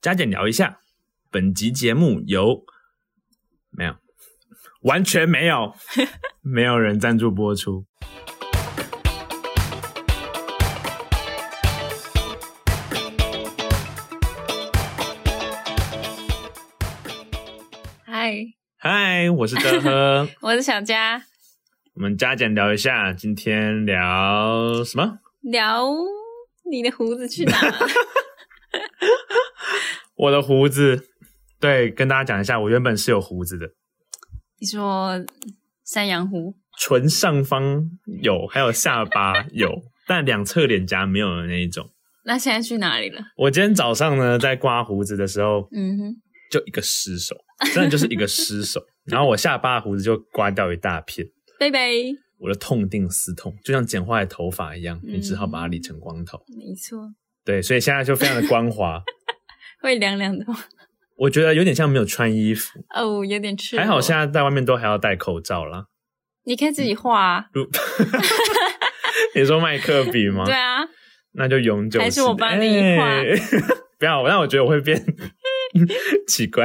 加减聊一下。本集节目由没有，完全没有，没有人赞助播出。嗨，嗨，我是德亨，我是小佳，我们加减聊一下，今天聊什么？聊你的胡子去哪？ 我的胡子，对，跟大家讲一下，我原本是有胡子的，你说山羊胡，唇上方有，还有下巴有，但两侧脸颊没有的那一种。那现在去哪里了？我今天早上呢，在刮胡子的时候，嗯哼，就一个失手，真的就是一个失 手，然后我下巴胡子就刮掉一大片，贝贝，我的痛定思痛，就像剪坏的头发一嗯样，你只好把它理成光头。没错，对，所以现在就非常的光 滑，会凉凉的吗我觉得有点像没有穿衣服，哦，有点赤裸。还好现在在外面都还要戴口罩啦。 你可以自己画、啊，如你说麦克笔嗯吗？对啊，那就永久性的。还是我帮你画哎 不要，但我觉得我会 变奇怪。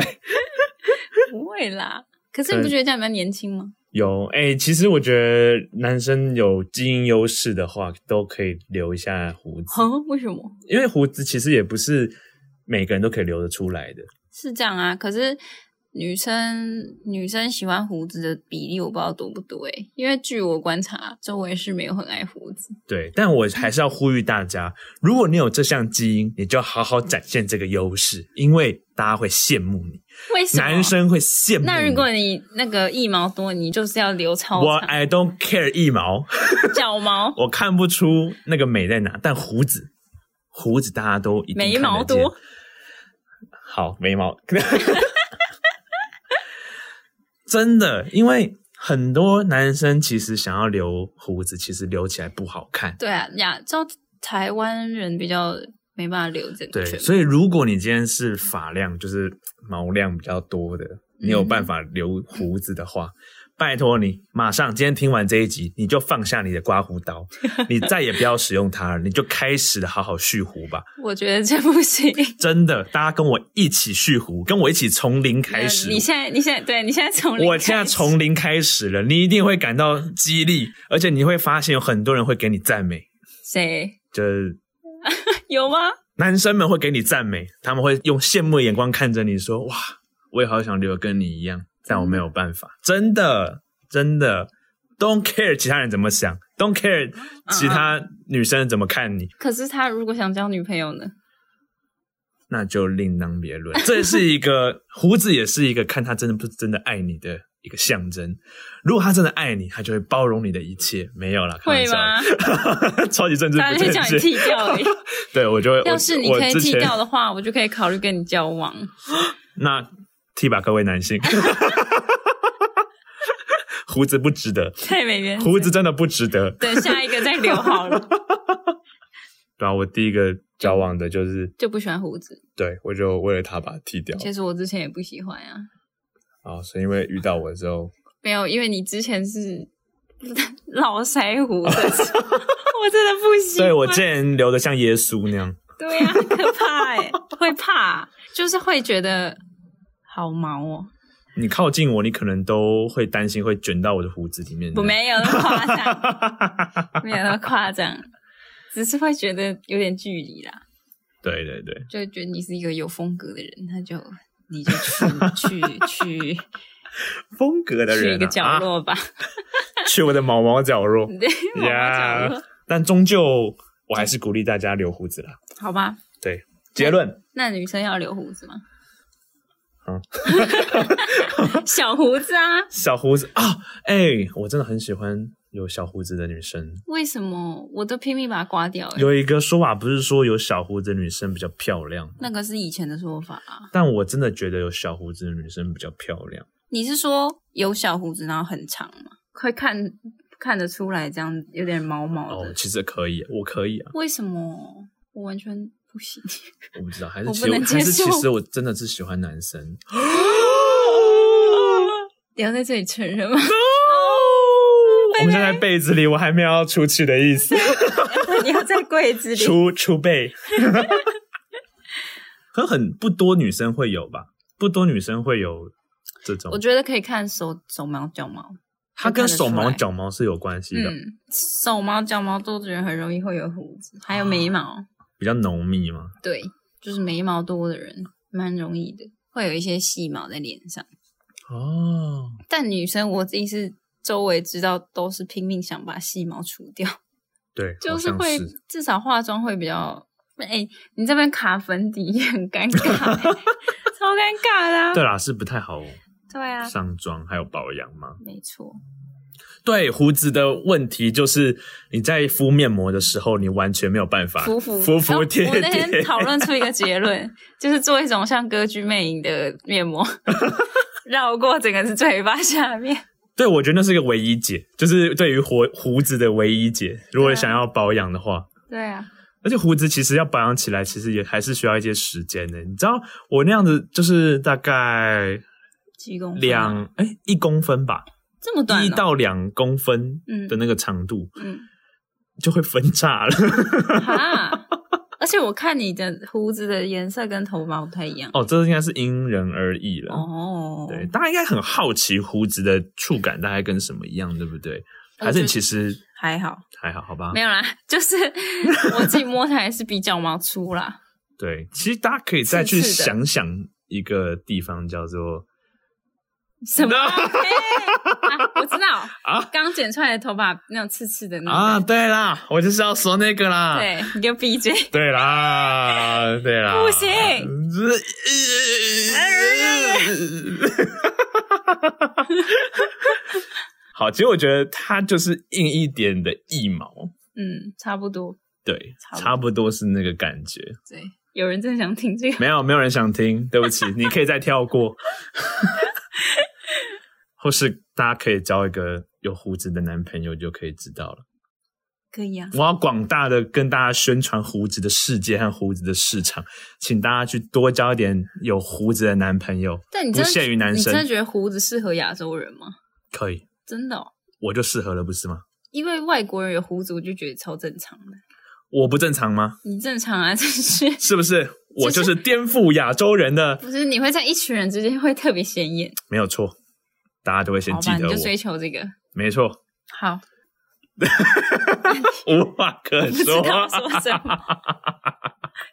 不会啦。可是你不觉得这样比较年轻 吗？有哎、其实我觉得男生有基因优势的话，都可以留一下胡子，哦，为什么？因为胡子其实也不是每个人都可以留得出来的。是这样啊，可是女生女生喜欢胡子的比例我不知道多不多诶、欸因为据我观察，周围是没有很爱胡子。对，但我还是要呼吁大家，如果你有这项基因，你就好好展现这个优势，因为大家会羡慕你，为什么？男生会羡慕你。那如果你那个腋毛多，你就是要留超我长 I don't care 一毛，。脚毛我看不出那个美在哪，但胡子，胡子大家都一定眉毛看得见多，好眉毛， 真的，因为很多男生其实想要留胡子，其实留起来不好看。对啊，亚洲台湾人比较没办法留这个对，圈，所以如果你今天是发量，就是毛量比较多的，你有办法留胡子的 话，拜托你马上今天听完这一集，你就放下你的刮胡 刀，你再也不要使用它了，你就开始好好蓄胡吧。我觉得这不行。真的，大家跟我一起蓄胡，跟我一起从零 开始。你现在，你现在，对你现在从零我现在开始从零开始了，你一定会感到激励，而且你会发现有很多人会给你赞美，谁就是有吗？男生们会给你赞美，他们会用羡慕的眼光看着你说：“哇，我也好想留得跟你一样，但我没有办法。”真的，真的，Don't care 其他人怎么想，Don't care 其他女生怎么看你，可是他如果想交女朋友呢？那就另当别 论。这是一个胡子，也是一个看他真的不真的爱你的一个象征。如果他真的爱你，他就会包容你的一切。没有啦，开玩会笑吗？的， 超级政治大不家就叫你正确。剃掉而已。对， 我就会。我要是你可以我之剃前掉的话，我就可以考虑跟你交往。那替吧，各位男性， 胡子不值得，太没原则。胡子真的不值得。等下一个再留好 了，对啊，我第一个交往的就是，就不喜欢胡子。对我就为了他把他剃掉其实我之前也不喜欢啊，啊，所以因为遇到我之后，没有，因为你之前是 老腮胡的，我真的不喜欢。对我之前留的像耶稣那样，对呀、很可怕哎、会怕，就是会觉得好毛哦。你靠近我，你可能都会担心会卷到我的胡子里面。我没有那么夸张，没有那么夸张，只是会觉得有点距离啦，对对对，就会觉得你是一个有风格的人，那就你就去去去风格 的人、啊、去一个角啊，落吧， 去我的毛毛角落。对，某个角落，但终究我还是鼓励大家留胡子啦。好吧？对，结论那女生要留胡子吗？嗯 小胡子啊？小胡子啊，哎、我真的很喜欢有小胡子的女生。为什么我都拼命把它刮掉、欸？有一个说法不是说有小胡子的女生比较漂亮，那个是以前的说法啊。但我真的觉得有小胡子的女生比较漂亮。你是说有小胡子然后很长吗？会看看得出来，这样有点毛毛的。哦，其实可以，我可以啊，为什么我完全不行？我不知道，还是我其不实能还是接其受实我真的是喜欢男 生。哦你要在这里承认吗？ 我们现在在被子里，我还没有要出去的意思，你要在柜子里？出出被。 可很不多女生会有吧？不多女生会有这种我。觉得可以看手手毛脚毛，它跟手毛看得出来脚毛是有关系的，嗯，手毛脚毛多的人很容易会有胡子，还有眉毛，啊比较浓密嘛。对，就是眉毛多的人蛮容易的，会有一些细毛在脸上。哦，但女生我自己是周围知道都是拼命想把细毛除掉，对，就好是像会是至少化妆会比较，哎、你这边卡粉底也很尴尬、 超尴尬的、啊。对啦，是不太好对啊，上妆还有保养嘛。没错，对胡子的问题就是你在敷面膜的时候，你完全没有办法服服服服帖然哦后我那帖天。讨论出一个结论，就是做一种像歌剧魅影的 面膜，绕过整个是嘴巴下面。 对，我觉得那是一个唯一解，就是对于胡胡子的唯一解。如果对啊想要保养的话，对啊，而且胡子其实要保养起来，其实也还是需要一些时间的。你知道我那样子就是大概几公分啊两哎一公分吧，这么短、哦，一到两公分嗯的那个长度嗯就会分叉了。 哈。而且我看你的胡子的颜色跟头发不太一样哦，这应该是因人而异了。哦。对，大家应该很好奇胡子的触感大概跟什么一样，对不对？我还是觉你得其实还好，还好，好吧哦没？有啦， 就是我自己摸起来是比脚毛粗 啦。对，其实大家可以再去刺刺的想想一个地方叫做 什么啊、嘿啊我知道，啊刚剪出来的头发那种刺刺的那种啊，对啦，我就是要说那个啦，对，你给我闭嘴！ 对啦，对啦，不行这。 好，其实我觉得它就是硬一点的一毛，嗯，差不多。对，差不多差不多是那个感觉。对，有人真的想听这个？没有，没有人想听，对不 起，你可以再跳过， 或是大家可以交一个有胡子的男朋友就可以知道了。可以啊，我要广大的跟大家宣传胡子的世界和胡子的市场，请大家去多交一点有胡子的男朋友，但你不真的限于男你真的生，觉得胡子适合亚洲人吗？可以，真的、哦，我就适合了，不是吗？因为外国人有胡子，我就觉得超正常的。我不正常吗？你正常啊，真是是不是？我就是颠覆亚洲人的，不是？你会在一群人之间会特别显 眼，没有错，大家都会先好记吧？你得我就，追求这个。没错，好，无话可我不知 说。道说什么，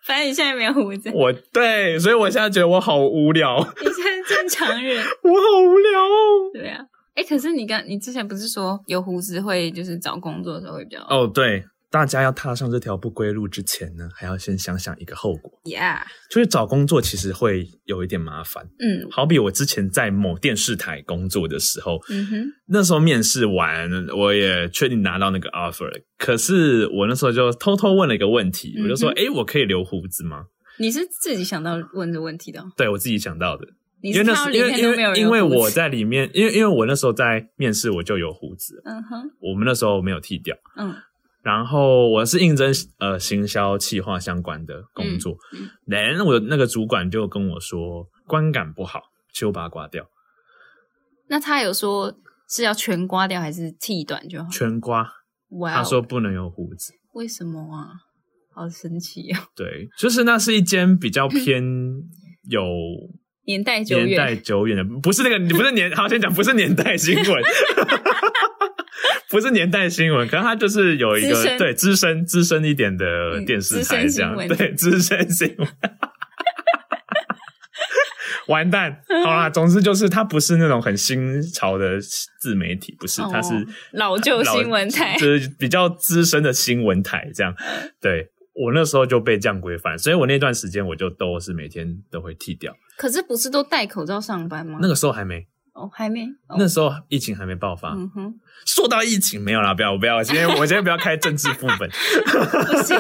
反正你现在没有胡 子，我对，所以我现在觉得我好无聊，我你现在正常人，好无聊哦。对啊。哎、可是你刚你之前不是说有胡子会就是找工作的时候会比较哦，对，大家要踏上这条不归路之前呢，还要先想想一个后果，呀就是找工作其实会有一点麻烦。嗯好比我之前在某电视台工作的时候，嗯哼，那时候面试完，我也确定拿到那个 offer，了可是我那时候就偷偷问了一个问题，我就说：“嗯诶，我可以留胡子吗你是自己想到问这问题的哦、？”对我自己想到的，你因是为看那到时里因为面都没有因为人因为有胡我子在里面，因为因为我那时候在面试我就有胡子，嗯哼我们那时候没有剃掉。嗯然后我是应征呃行销企划相关的工作，嗯嗯然后我的那个主管就跟我说观感不好，所以我把它刮掉，那他有说是要全刮掉还是剃短就好？全刮。哇哦、他说不能有胡子，为什么啊？好神奇哦，对，就是那是一间比较偏有年代久年代远，久远的，不是那个不是年，好 先讲不是年代新闻。 不是年代新闻，可能它就是有一资个深对资深资深一点的嗯电视资台深这样，新闻对资深新闻。 完蛋，好啦，总之就是它不是那种很新潮的自媒体，不是，哦它是 老旧新闻台老就是比较资深的新闻台这样。对我那时候就被这样规范，所以我那段时间我就都是每天都会剃掉。可是不是都戴口罩上班吗？那个时候还没，哦，还没。哦、那时候疫情还没爆发。嗯哼，说到疫情，没有啦，不要，我不要，我今天我今天不要开政治副本，不行，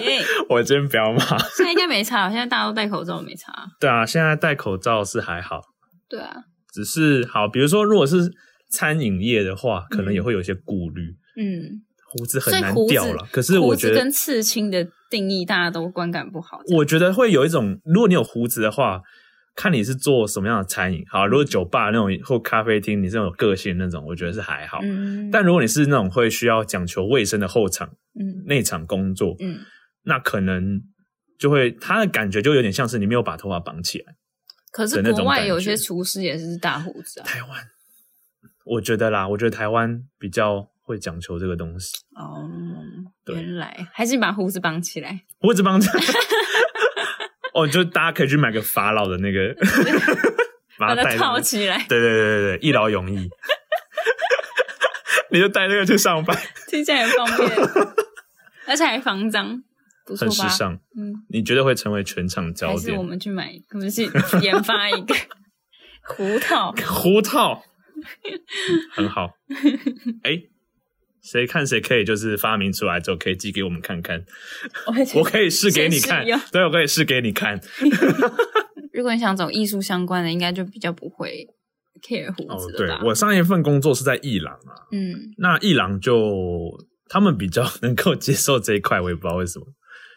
我今天不要骂。现在应该没差，现在大家都戴口罩，没差。对啊，现在戴口罩是还好，对啊，只是好，比如说如果是餐饮业的话，可能嗯也会有一些顾虑，嗯，胡子很所以难胡子掉了。可是我胡子觉得跟刺青的定义，大家都观感不好。我觉得会有一种，如果你有胡子的话，看你是做什么样的餐饮。好，如果酒吧那种或咖啡厅，你是那种有个性的那种，我觉得是还好。嗯，但如果你是那种会需要讲求卫生的后场、嗯内场工作，嗯那可能就会他的感觉就有点像是你没有把头发绑起来。可的是那国种外感有些觉厨师也是大胡子啊。台湾，我觉得啦，我觉得台湾比较会讲求这个东西。哦，对原来还是你把胡子绑起来，胡子帮 哦，就大家可以去买个法老的那个，把把它戴上套起来，对对对对对，一劳永逸。你就带那个去上班，听起来很方 便，而且还防脏，不错很时吧？尚，嗯，你绝对会成为全场焦还是我点。们去买，我们去研发一 个胡套，胡套很 好，哎，谁看谁可以就是发明出来之后可以寄给我们看看，我会觉我得可以试给你先试看用，对，我可以试给你看。如果你想走艺术相关的，应该就比较不会 care 胡哦子，对了吧？我上一份工作是在伊朗啊，嗯，那伊朗就他们比较能够接受这一块，我也不知道为什么。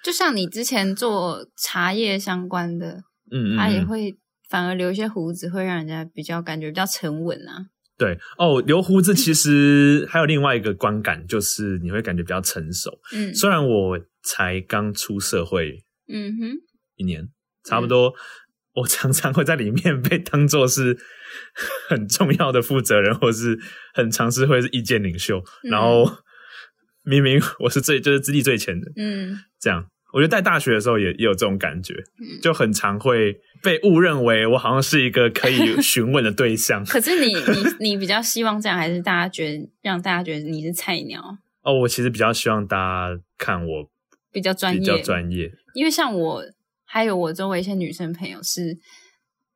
就像你之前做茶叶相关的，嗯嗯，它也嗯会反而留一些胡子，会让人家比较感觉比较沉稳啊。对哦，留胡子其 实还有另外一个观感，就是你会感觉比较成熟。嗯虽然我才刚出社会嗯哼，一年，差不嗯多， 我常常会在里面被当做是 很重要的负责人，或是很常是会是意见领袖。嗯然后明明我是最就是资历最浅的，嗯这样。我觉得在大学的时候也也有这种感觉，嗯。就很常会被误认为我好像是一个可以询问的对 象。 可是你你你比较希望这样，还是大家觉得让大家觉得你是菜鸟，哦，我其实比较希望大家看我比较专比业？较专业。因为像我还有我周围一些女生朋友是，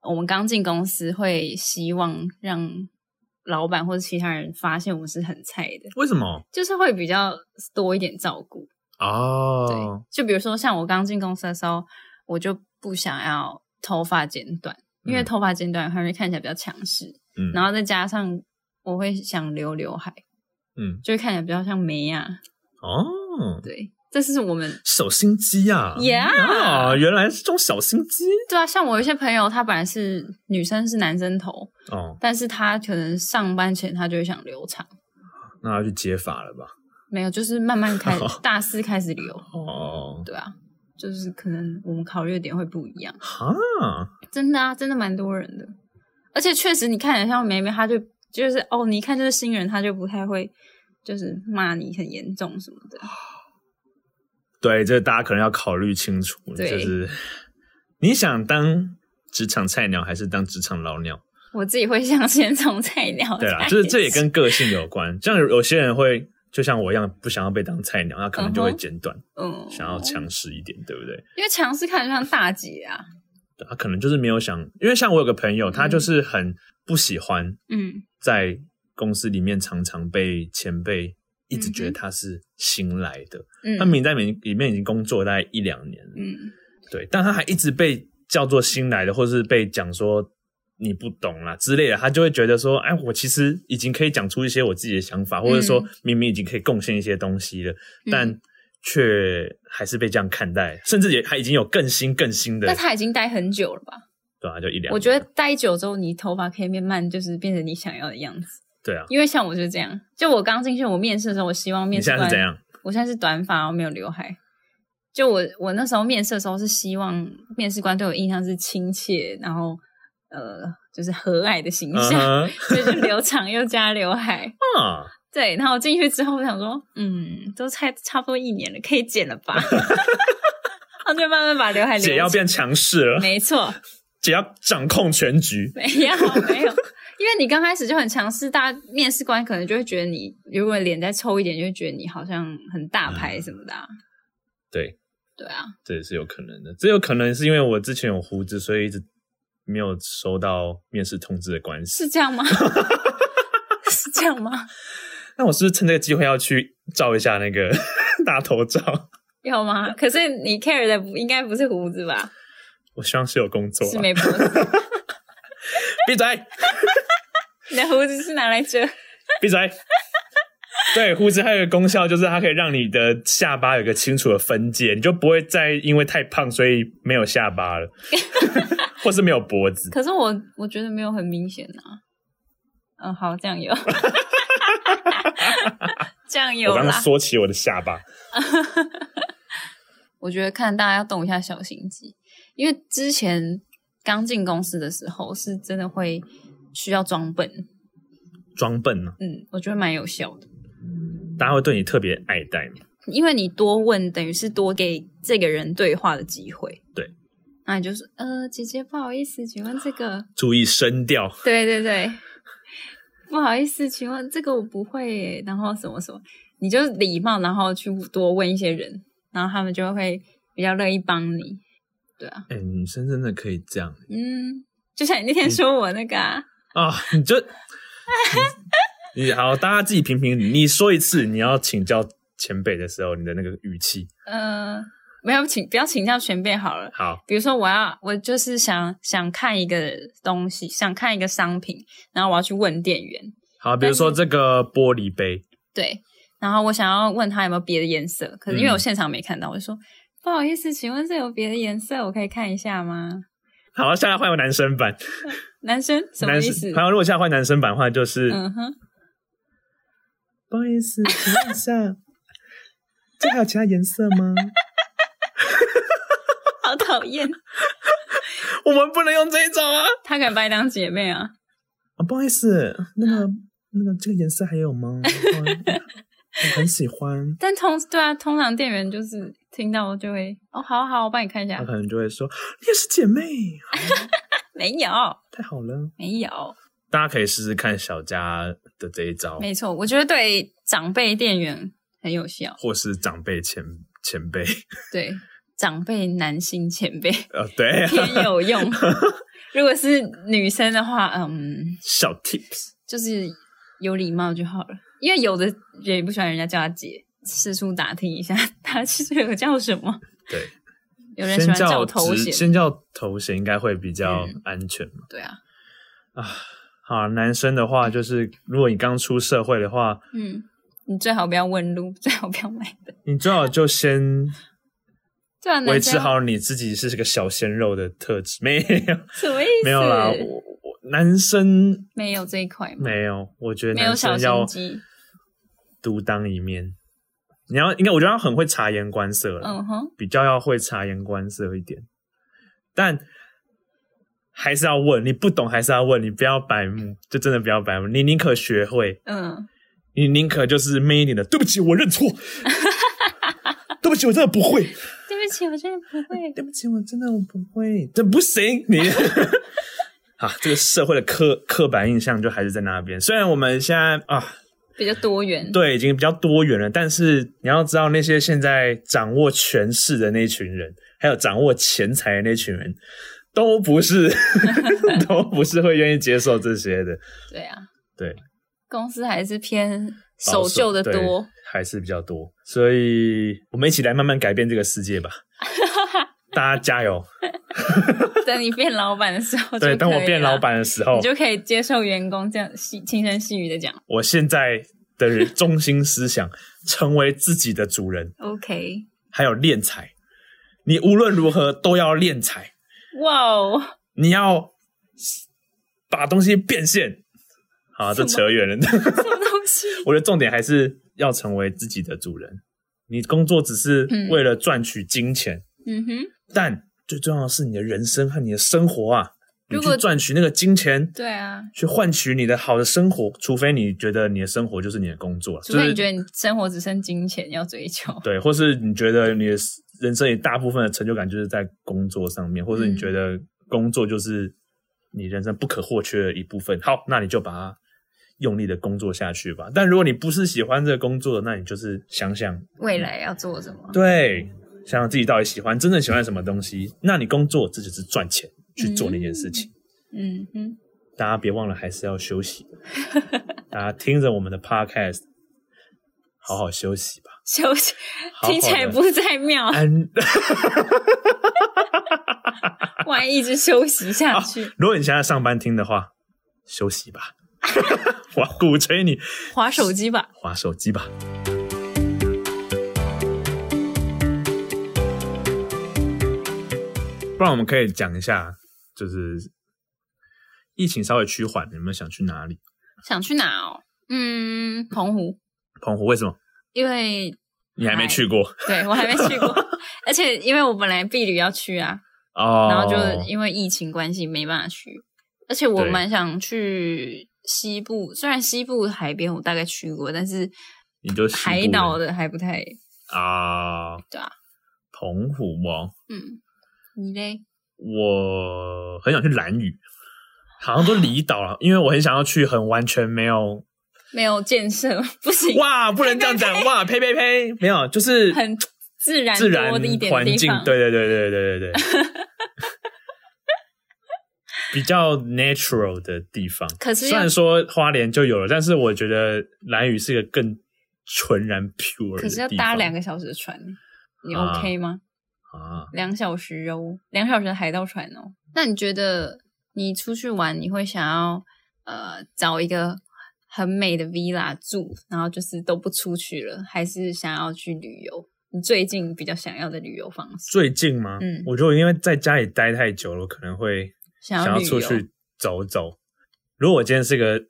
我们刚进公司会希望让老板或者其他人发现我们是很菜的，为什么？就是会比较多一点照顾。哦，就比如说像我刚进公司的时候，我就不想要头发剪短，因为嗯头发剪短会看起来比较强势，嗯，然后再加上我会想留刘海。嗯，就会看起来比较像梅亚。哦，对，这是我们小心机呀、 Yeah 啊，原来是这种小心机对啊，像我有一些朋友，他本来是女生是男生头，哦，但是他可能上班前他就会想留长，那要去解法了吧？没有，就是慢 慢开大四开始留，哦，对啊，就是可能我们考虑的点会不一样，哈，真的啊，真的蛮多人的，而且确实你看起来像梅梅，他就就是哦，你一看就是新人，他就不太会。就是骂你很严重什么的，对，这大家可能要考虑清楚，就对是你想当职场菜鸟还是当职场老鸟？我自己会想先从菜鸟开对始。啦，就是这也跟个性有关。像有有些人会就像我一样，不想要被当菜鸟，那可能就会嗯哼剪短，嗯，想要强势一点，对不对？因为强势看起来像大姐啊，对他可能就是没有想，因为像我有个朋友，他就是很不喜欢嗯在公司里面常常被前辈一直觉得嗯哼他是新来的，嗯，他明明在里里面已经工作大概一两年了，嗯对，但他还一直被叫做新来的，或是被讲说你不懂啦之类的，他就会觉得说，哎，我其实已经可以讲出一些我自己的想法，或者说嗯明明已经可以贡献一些东西了，但却还是被这样看待，甚至也还已经有更新更新的但，他已经待很久了吧？对啊，就一两年，我觉得待久之后，你头发可以变慢，就是变成你想要的样子。对啊，因为像我就是这样，就我刚进去，我面试的时候，我希望你面试现在官是怎？样？我现在是短发，我没有刘海。就我我那时候面试的时候是希望面试官对我印象是亲切，然后呃就是和蔼的形象，嗯所以 就留长又加刘海。哼啊， 对，然后我进去之后，我想说，嗯，都差差不多一年了，可以剪了吧？ 然后就慢慢把刘海留起姐要变强势了，没错，姐要掌控全局， 没有没有，因为你刚开始就很强势，大家面试官可能就会觉得你，如果脸再抽一点，就会觉得你好像很大牌什么的、嗯啊。对，对啊，这也是有可能的。这有可能是因为我之前有胡子，所以一直没有收到面试通知的关系。是这样吗？ 是这样吗？那我是不是趁这个机会要去照一下那个 大头照？有吗？可是你 care 的不应该不是胡子吧？我希望是有工作、是啊。没脖子，闭嘴！你的胡子是拿来遮。闭 嘴！对，胡子还有一个功效就是它可以让你的下巴有一个清楚的分界，你就不会再因为太胖所以没有下巴 了，或是没有脖子。可是我我觉得没有很明显啊。嗯，好，这样有，这样有我刚刚啦。缩起我的下巴。我觉得看大家要动一下小心机，因为之前刚进公司的时候是真的会需要装笨，装笨呢、嗯，我觉得蛮有效的，大家会对你特别爱戴嘛。因为你多问等于是多给这个人对话的机会，对，那你就是呃，姐姐不好意思，请问这个， 注意声调，对对对，不好意思，请问这个我不会耶，然后什么什么，你就礼貌，然后去多问一些人，然后他们就会比较乐意帮你，对啊，哎、女生真的可以这样嗯，就像你那天说我那个、啊，啊、你就 你你好，大家自己评评理。你说一次，你要请教前辈的时候，你的那个语气，呃，没有请，不要请教前辈好了。好，比如说，我要我就是想想看一个东西，想看一个商品，然后我要去问店员，好，比如说但这个玻璃杯，对，然后我想要问他有没有别的颜色，可是因为嗯我现场没看到，我就说不好意思，请问这有别的颜色，我可以看一下吗？好，下来换个男生版，男生什么男意思生，？好，如果下来换男生版的话，就是、嗯哼，不好意思，请问一下，这还有其他颜色吗？ 好讨厌，我们不能用这一种啊！他敢把你当姐妹啊？啊，不好意思， 那个那个这个颜色还有 吗？我我很喜欢。但通对啊，通常店员就是听到就会哦，好好，我帮你看一下他，可能就会说：“你也是姐妹，没有，太好了。没有。” 大家可以试试看小佳的这一招，没错，我觉得对长辈店员很有效，或是长辈前前辈，对长辈男性前 辈呃， 对，偏有用。如果是女生的话，嗯，小 tips，就是有礼貌就好了，因为有的人也不喜欢人家叫她姐，四处打听一下她其实有叫什么。对， 有人喜先欢叫叫我头职衔，先叫头衔应该会比较嗯安全嘛。对啊，好，男生的话就是，如果你刚出社会的话，嗯，你最好不要问路，最好不要买的。你最好就先对啊，维 男持生好你自己是个小鲜肉的特质，没有什么意思？没有啦，我我男生没有这一块吗，没有，我觉得没有男小生要心机。独当一面。你要应该，我觉得要很会察言观色了，嗯哼，比较要会察言观色一点，但还是要问，你不懂还是要问，你不要白目，就真的不要白目，你宁可学会，嗯，你宁可就是媚一点的，对不起，我认 错，对不起，我真的不会，对不起，我真的不会。对不起，我真的我不会，这不行，你。 啊，这个社会的刻刻板印象就还是在那边。虽然我们现在啊，比较多元。对，已经比较多元了。但是你要知道，那些现在掌握权势的那群人，还有掌握钱财的那群人，都不是， 都不是会愿意接受这些的。对啊，对，公司还是偏保守旧的对多。还是比较多。所以我们一起来慢慢改变这个世界 吧。大家加油！等你变老板的时候，对，当我变老，板的哦时候你，就可以接受员工这样细轻声细语的讲我现在的人中心思想，成为自己的主人， ，OK，还有练财。你无论如何都要练财。哇哦，你要把东西变现。好，这什么扯远了。什么东西？我的重点还是要成为自己的主人。你工作只是嗯为了赚取金钱，嗯哼，但最重要的是你的人生和你的生活啊。你如去果赚取那个金钱，对啊，去换取你的好的生活，除非你觉得你的生活就是你的工作，除非你觉就是得你生活只剩金钱要追求，对，或是你觉得你的人生里大部分的成就感就是在工作上面，或是你嗯觉得工作就是你人生不可或缺的一部分，好，那你就把它用力的工作下去吧。但如果你不是喜欢这个工作的，那你就是想想， 未来要做什么？对，想想自己到底喜欢真正喜欢什么东西。那你工作这就是赚钱去做那件事情。 嗯哼，大家别忘了还是要休息，大家听着我们的 podcast，好好休息吧。休息好好地听起来不太 妙，安。万一一直休息下去，如果你现在上班听的话，休息吧。 我鼓吹你划手机吧。划手机吧。不然我们可以讲一下，就是疫情稍微趋缓，你有没有想去哪里？想去哪哦？嗯，澎湖，澎湖为什么？因为你还没去过？ 对我还没去过，而且因为我本来避旅要去啊，哦，然后就因为疫情关系没办法去，而且我对蛮想去西部，虽然西部海边我大概去过，但是你就西部海人岛的还不太啊，对啊，澎湖哦，嗯。你嘞？我很想去兰屿，好像都离岛了，因为我很想要去很完全没有没有建设， 不行，哇，不能这样讲哇，呸呸呸，没有，就是很自然自然多的一点环地境方，，对对对对对 对对，比较 natural 的地方。可是要虽然说花莲就有了，但是我觉得兰屿是一个更纯然 pure 的地方。可是要搭两个小时的船，你啊 OK 吗？啊，两小时哦，两小时的海盗船哦。那你觉得你出去玩，你会想要呃找一个很美的 villa 住，然后就是都不出去了，还是想要去旅游？你最近比较想要的旅游方式？最近吗？嗯我觉得我因为在家里待太久了，我可能会想要想要旅游出去走走。如果我今天是个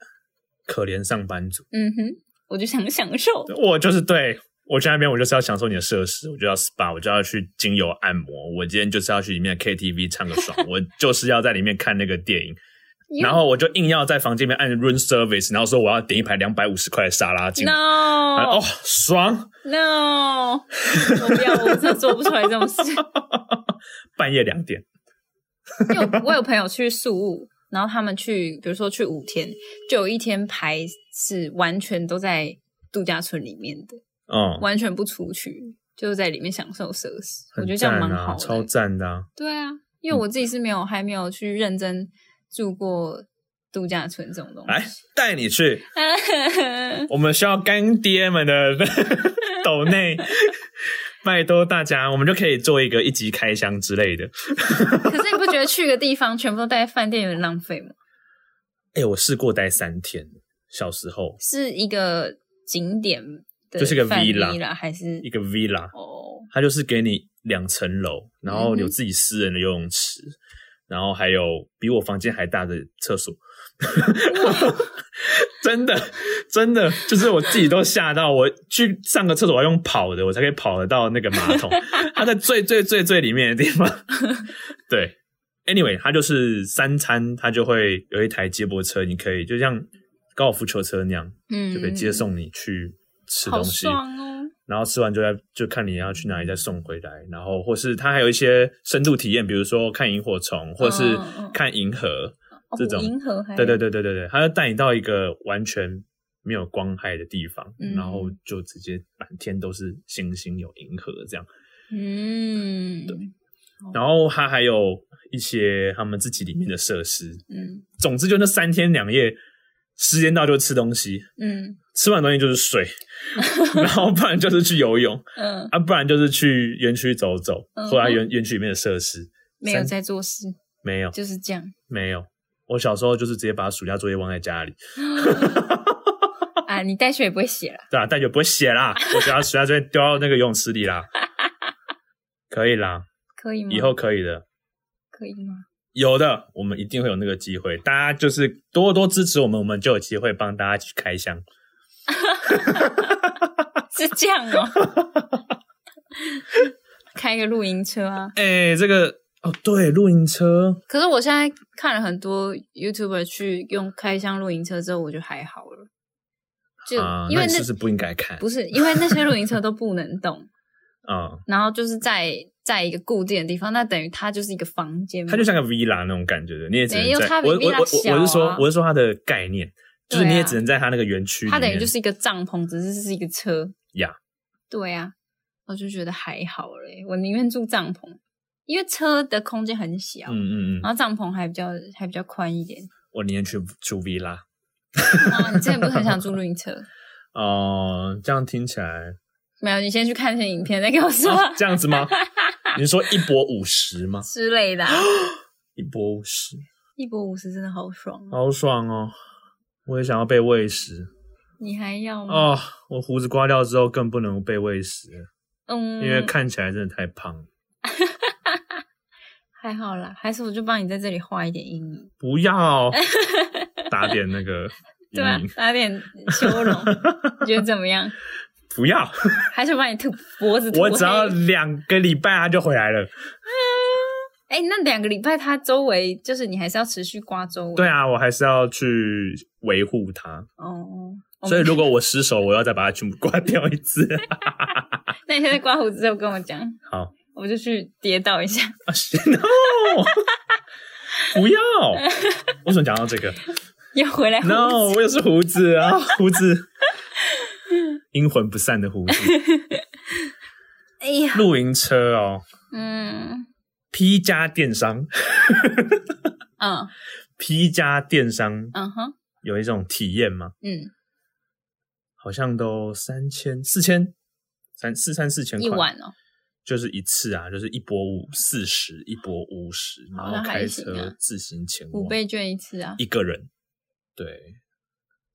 可怜上班族，嗯哼，我就想享受。我就是对我去那边，我就是要享受你的设施，我就要 SPA，我就要去精油按摩，我今天就是要去里面的 KTV 唱个 爽，我就是要在里面看那个电影，然后我就硬要在房间里面按 room service，然后说我要点一盘两百五十块的沙拉酱。啊哦 no，no，、爽！ 我不要，我真的做不出来这种事。半夜两点，因为我我有朋友去宿务，然后他们去，比如说去五天，就有一天排是完全都在度假村里面的，嗯，完全不出去，就是在里面享受设施。我很觉得这样蛮赞啊好超的。赞的啊、对啊，因为我自己是没有还没有去认真住过度假村这种东来西。带你去， 我们需要干爹们的抖内，拜托大家，我们就可以做一个一级开箱之类的。 可是你不觉得去个地方全部都待在饭店有点浪费吗？哎、我试过待三天，小时候是一个景点的就是个饭 villa 啦，还是一个 villa，哦？它就是给你两层楼，然后嗯哼有自己私人的游泳池，然后还有比我房间还大的厕所。 真的，真的，就是我自己都吓到，我去上个厕所我要用跑的，我才可以跑得到那个马桶。它在最最最最里面的地 方。对，anyway，它就是三餐，它就会有一台接驳车，你可以就像高尔夫球车那样，嗯，就可以接送你去吃好东西，爽哦。然后吃完就再就看你要去哪里再送回来，然后或是它还有一些深度体验，比如说看萤火虫，或是嗯哎嗯看银河，哦这种银河还对对对对对对，它就带你到一个完全没有光害的地方，嗯然后就直接满天都是星星，有银河这样，哦嗯然后它还有一些他们自己里面的设施，嗯总之就那三天两夜，时间到就吃东西，嗯吃完东西就是睡， 然后不然就是去游泳。嗯，啊，不然就是去园区走走嗯，哼或者园园区里面的设施。没有三在做事，没有，就是这样没有。我小时候就是直接把暑假作业忘在家里，啊。你大学也不会写了，对啊，但就不会写啦，我把暑假作业丢到那个游泳池里 啦。可以啦，可以吗？以后可以的，可以吗？ 有的，我们一定会有那个机会。大家就是多多支持我们，我们就有机会帮大家去开箱。是这样哦。开个露营车啊！哎、这个哦，对，露营车可是我现在看了很多 YouTuber 去用开箱露营车之后，我就还好了。就、啊，因那为你是不是不应该看？不是因为那些露营车都不能动，啊、然后就是在在一个固定的地方，那等于它就是一个房间嘛。它就像个 villa 那种感觉的，你也只没能有在它比我我我 villa 小我啊我是说我是说它的概念，就是对啊你也只能在它那个园区里面，它等于就是一个帐篷，只是是一个车呀。对啊，我就觉得还好嘞，我宁愿住帐篷，因为车的空间很小，嗯嗯嗯，然后帐篷还比较还比较宽一点。我宁愿去住 villa 啊，你之前不是很想住露营车？哦、这样听起来、没有，你先去看那些影片再跟我说、啊这样子 吗？你是说一波五十吗？之类的啊、一波五十，一博五十真的好爽哦，好爽哦！我也想要被喂食你还要吗？哦！我胡子刮掉之后更不能被喂食了，嗯，因为看起来真的太胖了。还好啦，还是我就帮你在这里画一点阴影，不 要打点那个阴对啊影，， 打点修容，你觉得怎么样？不要，还是把你吐脖子吐我只要黑两个礼拜他就回来了。哎、那两个礼拜它周围就是你还是要持续刮周围。对，啊，我还是要去维护它。哦，所以如果我失手，我要再把它全部刮掉一 次。 那你现在刮胡子之后跟我讲，好我就去跌倒一下。啊，no，不要！为什么讲到这个要回来胡子？No，我也是胡子啊，胡子，阴魂不散的胡子。哎呀，露营车哦嗯，P 加电商嗯，P 加电商嗯哼有一种体验吗？嗯，好像都三千、四千、三四三四千块一晚哦，就是一次啊，就是一波五四十，一波五十，然那后还开行车、啊自行前往五倍券一次啊，一个人，对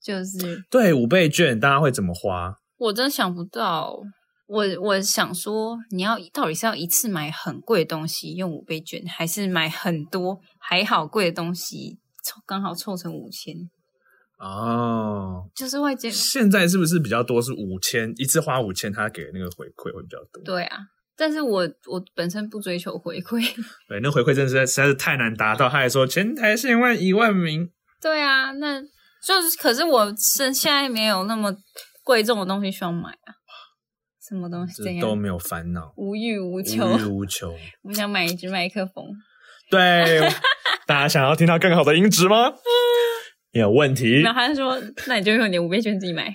就是对，五倍券大家会怎么花？我真想不到。我我想说，你要到底是要一次买很贵的东西用五倍券，还是买很多还好贵的东西凑刚好凑成五千？哦，就是会觉得现在是不是比较多是五千一次花五千，他给那个回馈会比较多。对啊，但是我我本身不追求回馈， 对，那回馈真的实在实在是太难达到。他还说前台限万一万名，对啊，那就是可是我是现在没有那么贵重的东西需要买啊，什么东西这哦怎都样没有烦恼，无欲无求，无欲无求。我想买一支麦克风， 对，大家想要听到更好的音质吗？没有问题然。后他就说那你就用你的五倍券自己 买，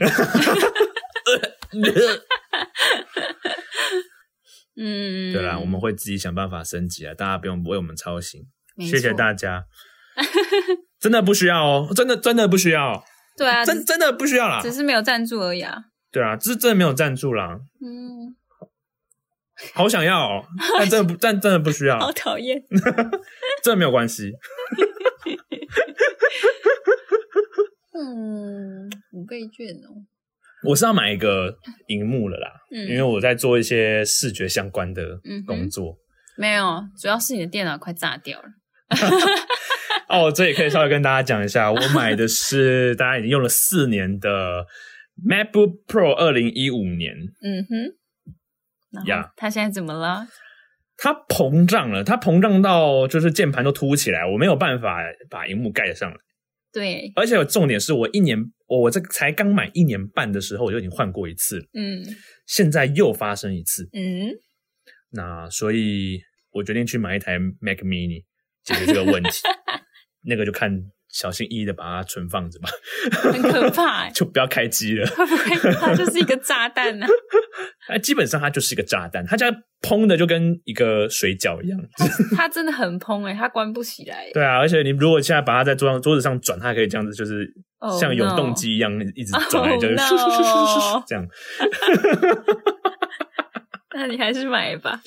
嗯，对啦，我们会自己想办法升级啊，大家不用为我们操心。没谢谢错大家， 真的不需要哦，真的真的不需要，对啊，真只真的不需要啦。只是没有赞助而已啊，对啊，这真的没有赞助啦，嗯，好想要 哦，但真的不，但真的不需要好，讨厌，这没有关系。嗯，五倍券哦，我是要买一个荧幕了啦，因为嗯，我在做一些视觉相关的嗯哼工作。没有，主要是你的电脑快炸掉了，哦，这也可以稍微跟大家讲一 下，我买的是大家已经用了四年的 MacBook Pro 二零一五年，嗯哼，然后呀他现在怎么了？它膨胀了，它膨胀到就是键盘都凸起来，我没有办法把荧幕盖上来。对，而且重点是我一年，我我这才刚满一年半的时候我就已经换过一次了，嗯现在又发生一次，嗯。 那所以我决定去买一台 Mac Mini 解决这个问题。那个就看小心翼翼的把它存放着吧， ，很可怕、欸 就不要开机了。会不会它就是一个炸弹呢、 啊？那基本上它就是一个炸弹，它这样砰的就跟一个水饺一样。它真的很蓬哎、欸，它关不起来、欸。对啊，而且你如果现在把它在桌上桌子上转，它可以这样子，就是 Oh 像永动机一样一直转来 Oh 就是 no 这样。那你还是买吧，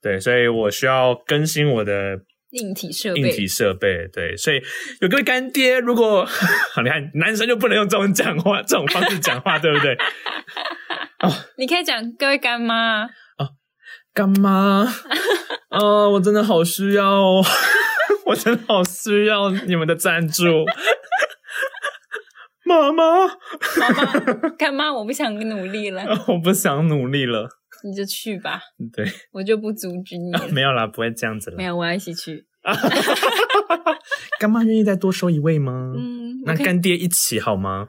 对，所以我需要更新我的硬体设硬体备。设备。对，所以有各位干爹，如果 你看男生就不能用这种讲话这种方式讲话，对不对？你可以讲各位干妈啊，干妈，呃，我真的好需要哦， 我真的好需要你们的赞助。妈 妈，妈 妈干妈，我不想努力了，我不想努力了。你就去吧，对， 我就不阻止你了。没有啦，不会这样子没啦。有，我要一起去。干妈愿意再多收一位吗？嗯，那我可以干爹一起好吗？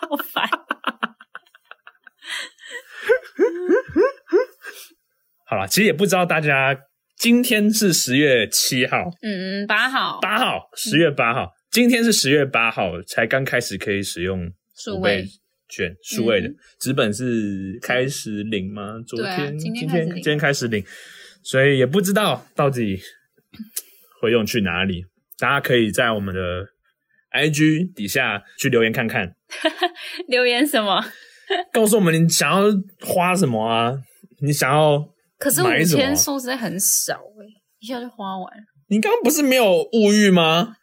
好烦。好啦，其实也不知道大家今天是十月七号、嗯，把好八号，十月八号，今天是十月八号才刚开始可以使用数五位倍。券数位的嗯纸本是开始领吗？昨对啊天、今天今开始天领今天开始领，所以也不知道到底会用去哪里。大家可以在我们的 IG 底下去留言看看，留言什么？告诉我们你想要花什么啊？你想要可是买五什么千说实在很少哎、一下就花完了。你刚刚不是没有物欲 吗？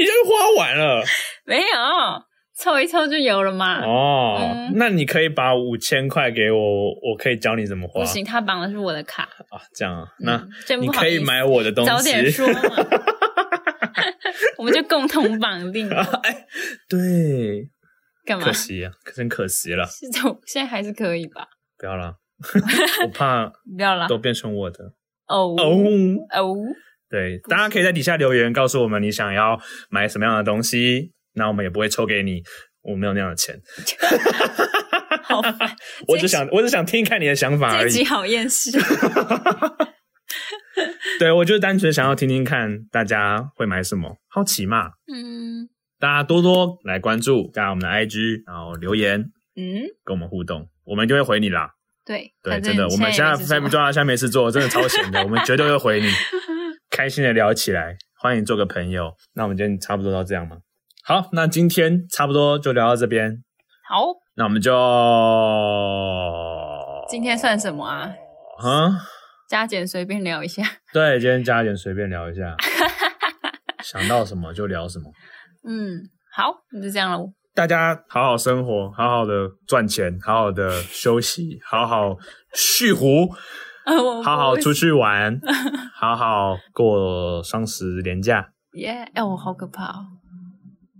已经花完了没有，凑一凑就有了嘛。哦，嗯那你可以把五千块给我，我可以教你怎么花不行，他绑的是我的卡。啊。这样啊，那嗯真你不好可以意思买我的东西。早 点说嘛， 我们就共同绑定。哎对，干嘛可？惜啊，真可惜了，是种现在还是可以吧？不要啦， 我怕不要啦。都变成我的 哦哦。哦，对，不大家可以在底下留言告诉我们你想要买什么样的东西，那我们也不会抽给你，我没有那样的钱。好烦，我只想，我只想听一看你的想法这而一集已。好厌世。对，我就是单纯想要听听看大家会买什么，好奇嘛。嗯大家多多来关注，加我们的 IG，然后留言嗯，跟我们互动，我们一定会回你啦。对，对，反真正的，我们现在在 Fam 抓现在没事做，真的超闲的，我们绝对会回 你，开心的聊起来，欢迎做个朋友。那我们今天差不多到这样嘛。好，那今天差不多就聊到这边，好，那我们就今天算什么啊？啊，加减随便聊一下。对，今天加点随便聊一 下，想到什么就聊什么。嗯，好，那就这样喽。大家好好生活，好好的赚钱，好好的休息，好好蓄胡，呃，我好好出去 玩，好好过双十连假。耶！哎、我好可怕哦！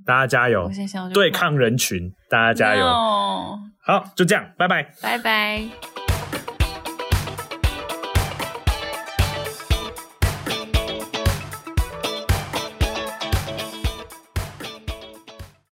大家加油我，现在想到就对怕，抗人群，大家加油。 No，好，就这样，拜拜。拜拜。